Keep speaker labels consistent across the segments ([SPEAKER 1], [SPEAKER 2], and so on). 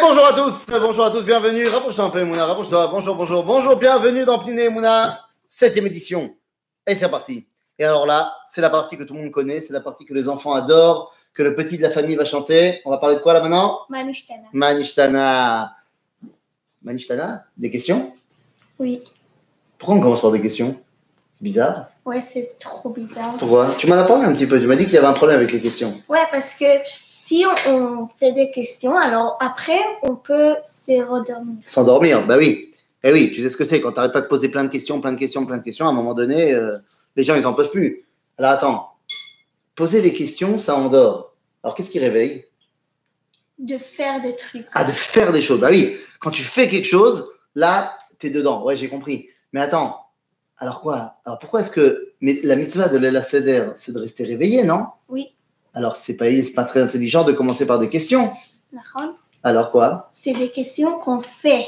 [SPEAKER 1] bonjour à tous, bonjour à tous, bienvenue. Rapproche-toi un peu, Mouna, rapproche-toi. Bonjour, bonjour, bonjour, bienvenue dans Pnine Mouna, septième édition. Et c'est parti. Et alors là, c'est la partie que tout le monde connaît, c'est la partie que les enfants adorent, que le petit de la famille va chanter. On va parler de quoi là maintenant
[SPEAKER 2] Manishtana.
[SPEAKER 1] Manishtana. Manishtana Des questions
[SPEAKER 2] Oui.
[SPEAKER 1] Pourquoi on commence par des questions C'est bizarre.
[SPEAKER 2] Ouais, c'est trop bizarre.
[SPEAKER 1] Pourquoi Tu m'en as parlé un petit peu, tu m'as dit qu'il y avait un problème avec les questions.
[SPEAKER 2] Ouais, parce que si on, on fait des questions, alors après, on peut se redormir.
[SPEAKER 1] S'endormir, bah oui. Eh oui, tu sais ce que c'est, quand t'arrêtes pas de poser plein de questions, plein de questions, plein de questions, à un moment donné, euh, les gens, ils en peuvent plus. Alors attends, poser des questions, ça endort. Alors qu'est-ce qui réveille
[SPEAKER 2] De faire des trucs.
[SPEAKER 1] Ah, de faire des choses. Bah oui, quand tu fais quelque chose, là, t'es dedans. Ouais, j'ai compris. Mais attends, alors quoi Alors pourquoi est-ce que mais la mitzvah de l'Ela Seder, c'est de rester réveillé, non
[SPEAKER 2] Oui,
[SPEAKER 1] Alors c'est pas, c'est pas très intelligent de commencer par des questions.
[SPEAKER 2] Nahon.
[SPEAKER 1] Alors quoi
[SPEAKER 2] C'est des questions qu'on fait.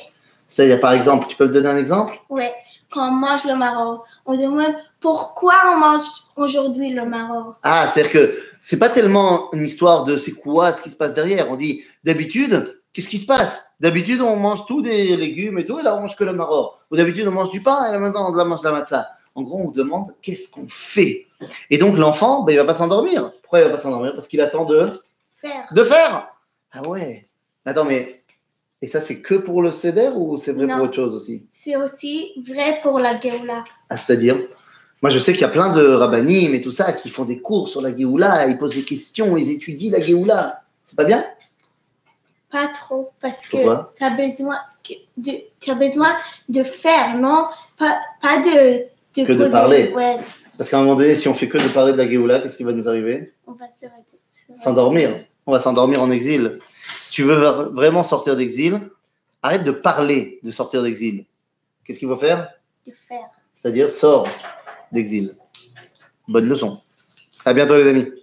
[SPEAKER 1] C'est-à-dire, par exemple, tu peux me donner un exemple
[SPEAKER 2] Ouais. Quand on mange le maror, on demande pourquoi on mange aujourd'hui le maror.
[SPEAKER 1] Ah, c'est-à-dire que c'est pas tellement une histoire de c'est quoi ce qui se passe derrière. On dit d'habitude, qu'est-ce qui se passe D'habitude, on mange tous des légumes et tout, et là, on mange que le maror. Ou d'habitude, on mange du pain, et là, maintenant, on mange de la matzah. En gros, on demande qu'est-ce qu'on fait Et donc, l'enfant, ben, il va pas s'endormir. Pourquoi il va pas s'endormir Parce qu'il attend de,
[SPEAKER 2] Faire.
[SPEAKER 1] de faire. Ah ouais. Attends, mais. Et ça, c'est que pour le CEDER ou c'est vrai
[SPEAKER 2] Non.
[SPEAKER 1] pour autre chose aussi
[SPEAKER 2] C'est aussi vrai pour la Géoula.
[SPEAKER 1] ah, C'est-à-dire moi, je sais qu'il y a plein de rabbinim et tout ça qui font des cours sur la Géoula, ils posent des questions, ils étudient la Géoula. C'est pas bien
[SPEAKER 2] Pas trop, parce
[SPEAKER 1] Pourquoi
[SPEAKER 2] que tu as besoin que- de t'as besoin de faire, non Pas, pas de, de
[SPEAKER 1] Que de parler.
[SPEAKER 2] Ouais,
[SPEAKER 1] Parce qu'à un moment donné, si on fait que de parler de la Géoula, qu'est-ce qui va nous arriver
[SPEAKER 2] on va se rater- se rater.
[SPEAKER 1] S'endormir. On va s'endormir en exil. Si tu veux va- vraiment sortir d'exil, arrête de parler de sortir d'exil. Qu'est-ce qu'il faut faire
[SPEAKER 2] De faire.
[SPEAKER 1] C'est-à-dire, sors d'exil. Bonne leçon. À bientôt, les amis.